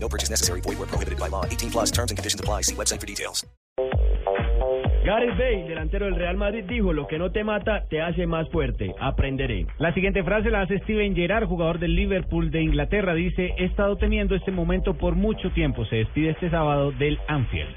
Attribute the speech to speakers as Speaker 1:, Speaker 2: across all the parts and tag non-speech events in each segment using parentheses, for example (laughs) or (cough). Speaker 1: No purchase necessary. Void where prohibited by law. 18 plus terms and conditions apply. See website for details.
Speaker 2: Gareth Bale, delantero del Real Madrid, dijo, lo que no te mata te hace más fuerte, aprenderé.
Speaker 3: La siguiente frase la hace Steven Gerrard, jugador del Liverpool de Inglaterra. Dice, he estado temiendo este momento por mucho tiempo. Se despide este sábado del Anfield.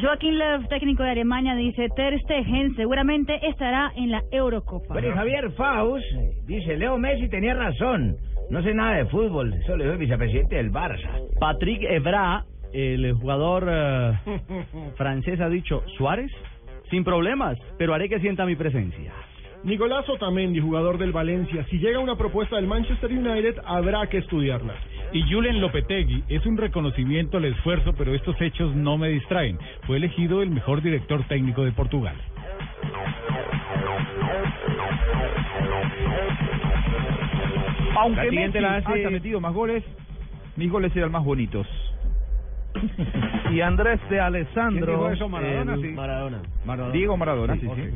Speaker 4: Joaquín Löw, técnico de Alemania, dice Ter Stegen seguramente estará en la Eurocopa.
Speaker 5: Bueno, y Javier Faust eh, dice, Leo Messi tenía razón. No sé nada de fútbol, eso lo dijo el vicepresidente del Barça.
Speaker 3: Patrick Evra, el jugador
Speaker 5: (laughs)
Speaker 3: eh, francés, ha dicho, Suárez, sin problemas, pero haré que sienta mi presencia.
Speaker 6: Nicolás Otamendi, jugador del Valencia, si llega una propuesta del Manchester United, habrá que estudiarla.
Speaker 7: Y Julen Lopetegui, es un reconocimiento al esfuerzo, pero estos hechos no me distraen. Fue elegido el mejor director técnico de Portugal.
Speaker 3: Aunque la siguiente Messi la hace... haya ah, metido más goles, mis goles eran más bonitos. y Andrés de Alessandro...
Speaker 2: eso, Maradona? Sí. Maradona. Maradona.
Speaker 3: Diego Maradona, sí, sí. Okay.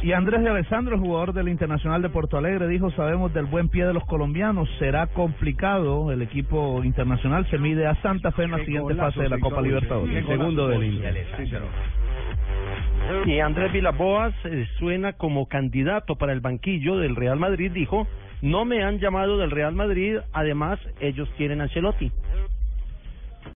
Speaker 3: Y Andrés de Alessandro, jugador del Internacional de Porto Alegre, dijo, sabemos del buen pie de los colombianos, será complicado, el equipo internacional se mide a Santa Fe en la siguiente golazo, fase de la Copa Libertadores.
Speaker 2: El segundo del Inter.
Speaker 8: Y Andrés Vilaboas eh, suena como candidato para el banquillo del Real Madrid, dijo, no me han llamado del Real Madrid, además ellos quieren a Ancelotti.